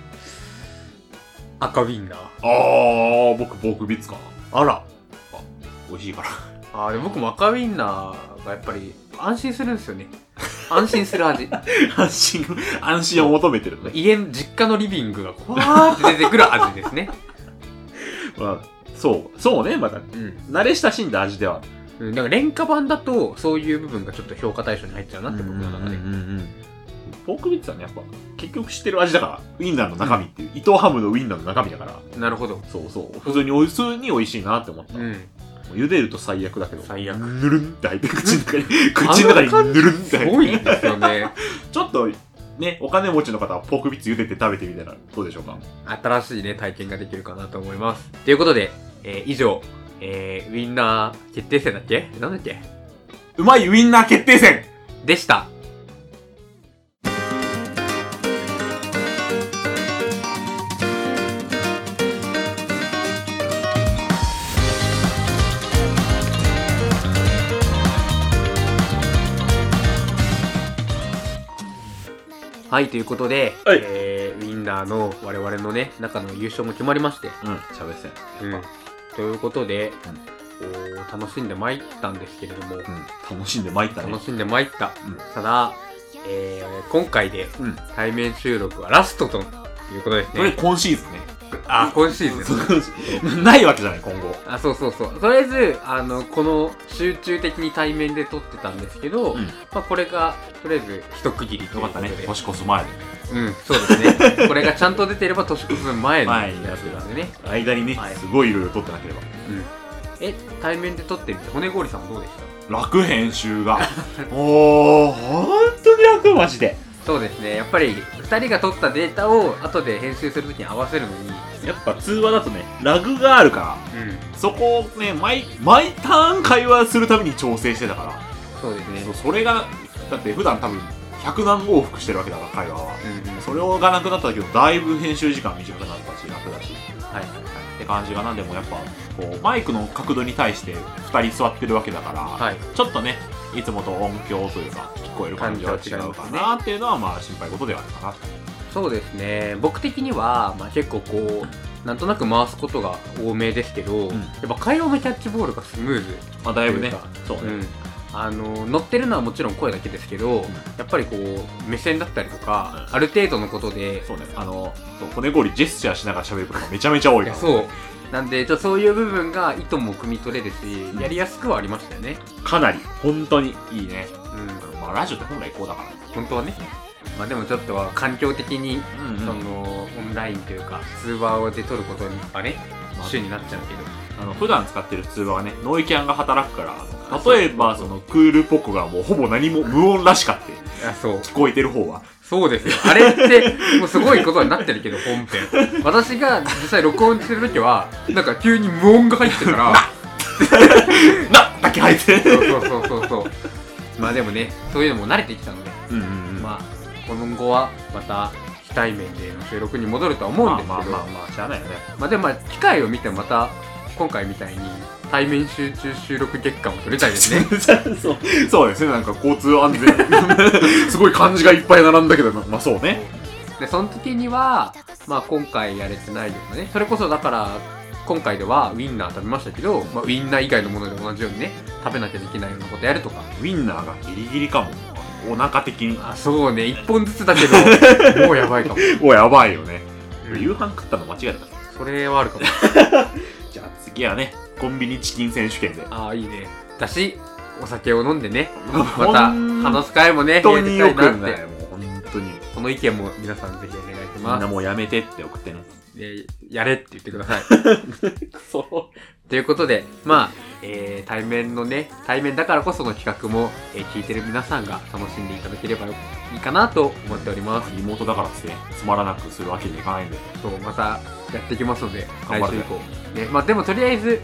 Speaker 1: 赤ウィンナー。
Speaker 2: ー、僕、ポークビッツかな。
Speaker 1: あら。
Speaker 2: 美味しいから。
Speaker 1: あーでも僕も赤ウィンナーがやっぱり安心するんですよね。安心する味。
Speaker 2: 安心、安心を求めてるのね。
Speaker 1: 家、実家のリビングがこうわーって出てくる味ですね。
Speaker 2: まあ、そう、そうね、また、
Speaker 1: うん。
Speaker 2: 慣れ親しんだ味ではある。
Speaker 1: うん、だから廉価版だと、そういう部分がちょっと評価対象に入っちゃうなって僕の中で。
Speaker 2: ポークビッツはね、やっぱ、結局知ってる味だから、ウィンナーの中身っていう、伊藤ハムのウィンナーの中身だから、
Speaker 1: なるほど。
Speaker 2: そうそう、普通に、普通に美味しいなって思った。
Speaker 1: うん。
Speaker 2: もう茹でると最悪だけど。
Speaker 1: 最悪
Speaker 2: ぬるんって入って、口の中に、口の中にぬるんって
Speaker 1: す
Speaker 2: 入って。
Speaker 1: ごいですよね。
Speaker 2: ちょっと、ね、お金持ちの方はポークビッツ茹でて食べてみたらどうでしょうか。
Speaker 1: 新しいね、体験ができるかなと思います。ということで、えー以上、えーウィンナー決定戦だっけなんだっけ
Speaker 2: うまいウィンナー決定戦
Speaker 1: でした。はい、ということで、
Speaker 2: はい
Speaker 1: えーウィンナーの我々のね、中の優勝も決まりまして、
Speaker 2: うん、喋せん。
Speaker 1: うん、ということで、おー楽しんで参ったんですけれども、
Speaker 2: うん、楽しんで参ったね。
Speaker 1: 楽しんで参った。
Speaker 2: うん
Speaker 1: ただ、えー今回で
Speaker 2: うん。
Speaker 1: 対面収録はラストということです
Speaker 2: それ
Speaker 1: ね。
Speaker 2: 今シーズンね。
Speaker 1: あ、今シーズン。
Speaker 2: そうないわけじゃない、今後。
Speaker 1: あ、そうそうそう。とりあえず、あの、この集中的に対面で撮ってたんですけど、
Speaker 2: うん
Speaker 1: まあこれが、とりあえず一区切りとい
Speaker 2: よ
Speaker 1: うこ
Speaker 2: かっ
Speaker 1: と
Speaker 2: たね
Speaker 1: で。。
Speaker 2: 年越す前で。
Speaker 1: うん、そうですね。これがちゃんと出てれば年越す前の
Speaker 2: 前に
Speaker 1: やつなんでね。
Speaker 2: 間にね
Speaker 1: はい、
Speaker 2: すごいいろいろ撮ってなければ。
Speaker 1: うん。え、対面で撮ってみて、骨氷さんどうでした
Speaker 2: 楽編集 が。おー、ほんとに楽、マジで。
Speaker 1: そうですねやっぱり2人が取ったデータを後で編集するときに合わせるのに、
Speaker 2: やっぱ通話だとね、ラグがあるから。
Speaker 1: うん、
Speaker 2: そこをね毎毎ターン会話するために調整してたから
Speaker 1: そうですね
Speaker 2: そうそれがだって普段多分100何往復してるわけだから会話は
Speaker 1: うんうん
Speaker 2: それがなくなったけどだいぶ編集時間短くなったし楽だし
Speaker 1: はい
Speaker 2: って感じがなでもやっぱこうマイクの角度に対して2人座ってるわけだから、
Speaker 1: はい
Speaker 2: ちょっとねいつもと音響というか聞こえる感じは違うかなっていうのはまあ心配事ではあるかな
Speaker 1: そうですね僕的には、まあ、結構こうなんとなく回すことが多めですけど、
Speaker 2: ん
Speaker 1: やっぱ会話のキャッチボールがスムーズ、
Speaker 2: まあだいぶね
Speaker 1: というか
Speaker 2: そうね、
Speaker 1: うんあの乗ってるのはもちろん声だけですけど、
Speaker 2: ん
Speaker 1: やっぱりこう目線だったりとか、
Speaker 2: うん
Speaker 1: ある程度のことで
Speaker 2: そうねあのそう骨氷ジェスチャーしながら喋ることがめちゃめちゃ
Speaker 1: い
Speaker 2: 多いか
Speaker 1: や
Speaker 2: ら
Speaker 1: そうなんでちょっとそういう部分が意図も汲み取れるし、
Speaker 2: ん
Speaker 1: やりやすくはありましたよね、
Speaker 2: かなり本当にいいね
Speaker 1: うん、
Speaker 2: まあラジオって本来こうだから
Speaker 1: 本当はね、まあ、でもちょっとは環境的に、
Speaker 2: うん
Speaker 1: そのオンラインというか通話で撮ることにあれ主になっちゃうけど
Speaker 2: あの普段使ってる通話はねノイキャンが働くからあの例えばそのクールポコがもうほぼ何も無音らしかって
Speaker 1: あそう
Speaker 2: 聞こえてる方は
Speaker 1: そうですよあれってもうすごいことになってるけど本編私が実際録音してる時はなんか急に無音が入ってたから
Speaker 2: なっだけ入ってる
Speaker 1: そうそうそうそうそうまあでもねそういうのも慣れてきたので、
Speaker 2: うんうんうんま
Speaker 1: まあ今後はまた非対面での収録に戻るとは思うん
Speaker 2: あ
Speaker 1: ですけど、
Speaker 2: まあまあまあしゃあないよね
Speaker 1: まあでもまあ機会を見てまた今回みたいに対面集中収録月間を取りたいです ね
Speaker 2: そうそうですねなんか交通安全 すごい漢字がいっぱい並んだけどまあそうね
Speaker 1: でその時にはまあ今回やれてないようなねそれこそだから今回ではウインナー食べましたけど、まあ、ウインナー以外のもので同じようにね食べなきゃできないようなことやるとか
Speaker 2: ウィンナーがギリギリかもお腹的に
Speaker 1: あそうね1本ずつだけ どもうやばいかも、
Speaker 2: おやばいよね
Speaker 1: うん
Speaker 2: 夕飯食ったの間違えたから
Speaker 1: それはあるかも
Speaker 2: じゃあ次はねコンビニチキン選手権で
Speaker 1: ああいいねだしお酒を飲んでね
Speaker 2: ま
Speaker 1: また話す会もね
Speaker 2: 本当に
Speaker 1: や
Speaker 2: よ
Speaker 1: りたい
Speaker 2: く
Speaker 1: なっ
Speaker 2: ない
Speaker 1: て
Speaker 2: もう本当に
Speaker 1: この意見も皆さんぜひお願いし
Speaker 2: みん
Speaker 1: ます
Speaker 2: なもうやめてって送ってね
Speaker 1: でやれって言ってください
Speaker 2: そ
Speaker 1: ということで、まあ、えー対面のね、対面だからこその企画も、えー聞いてる皆さんが楽しんでいただければいいかなと思っております。
Speaker 2: うリモートだからってねつまらなくするわけにいかないんで
Speaker 1: そう、またやっていきますので、
Speaker 2: 頑
Speaker 1: 来
Speaker 2: 張
Speaker 1: 週
Speaker 2: る
Speaker 1: 以
Speaker 2: ね
Speaker 1: 降。ね、まあでもとりあえず、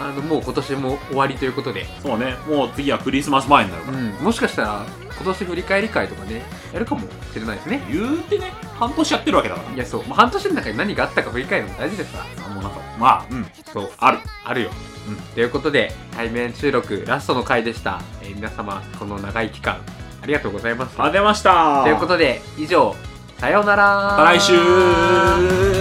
Speaker 1: あの、もう今年も終わりということで、
Speaker 2: そうねもう次はクリスマス前になるから、
Speaker 1: もしかしたら今年振り返り会とかね、やるかもしれないですね。
Speaker 2: 言うてね半年やってるわけだか
Speaker 1: いや、そう、まあ、半年の中に何があったか振り返るのも大事ですから。
Speaker 2: らなんもなかったまあうん
Speaker 1: そう、
Speaker 2: ある
Speaker 1: あるよ、
Speaker 2: うん
Speaker 1: ということで、対面収録ラストの回でした。えー皆様、この長い期間、ありがとうございます。
Speaker 2: あ出ました
Speaker 1: ということで、以上、さようなら
Speaker 2: また来週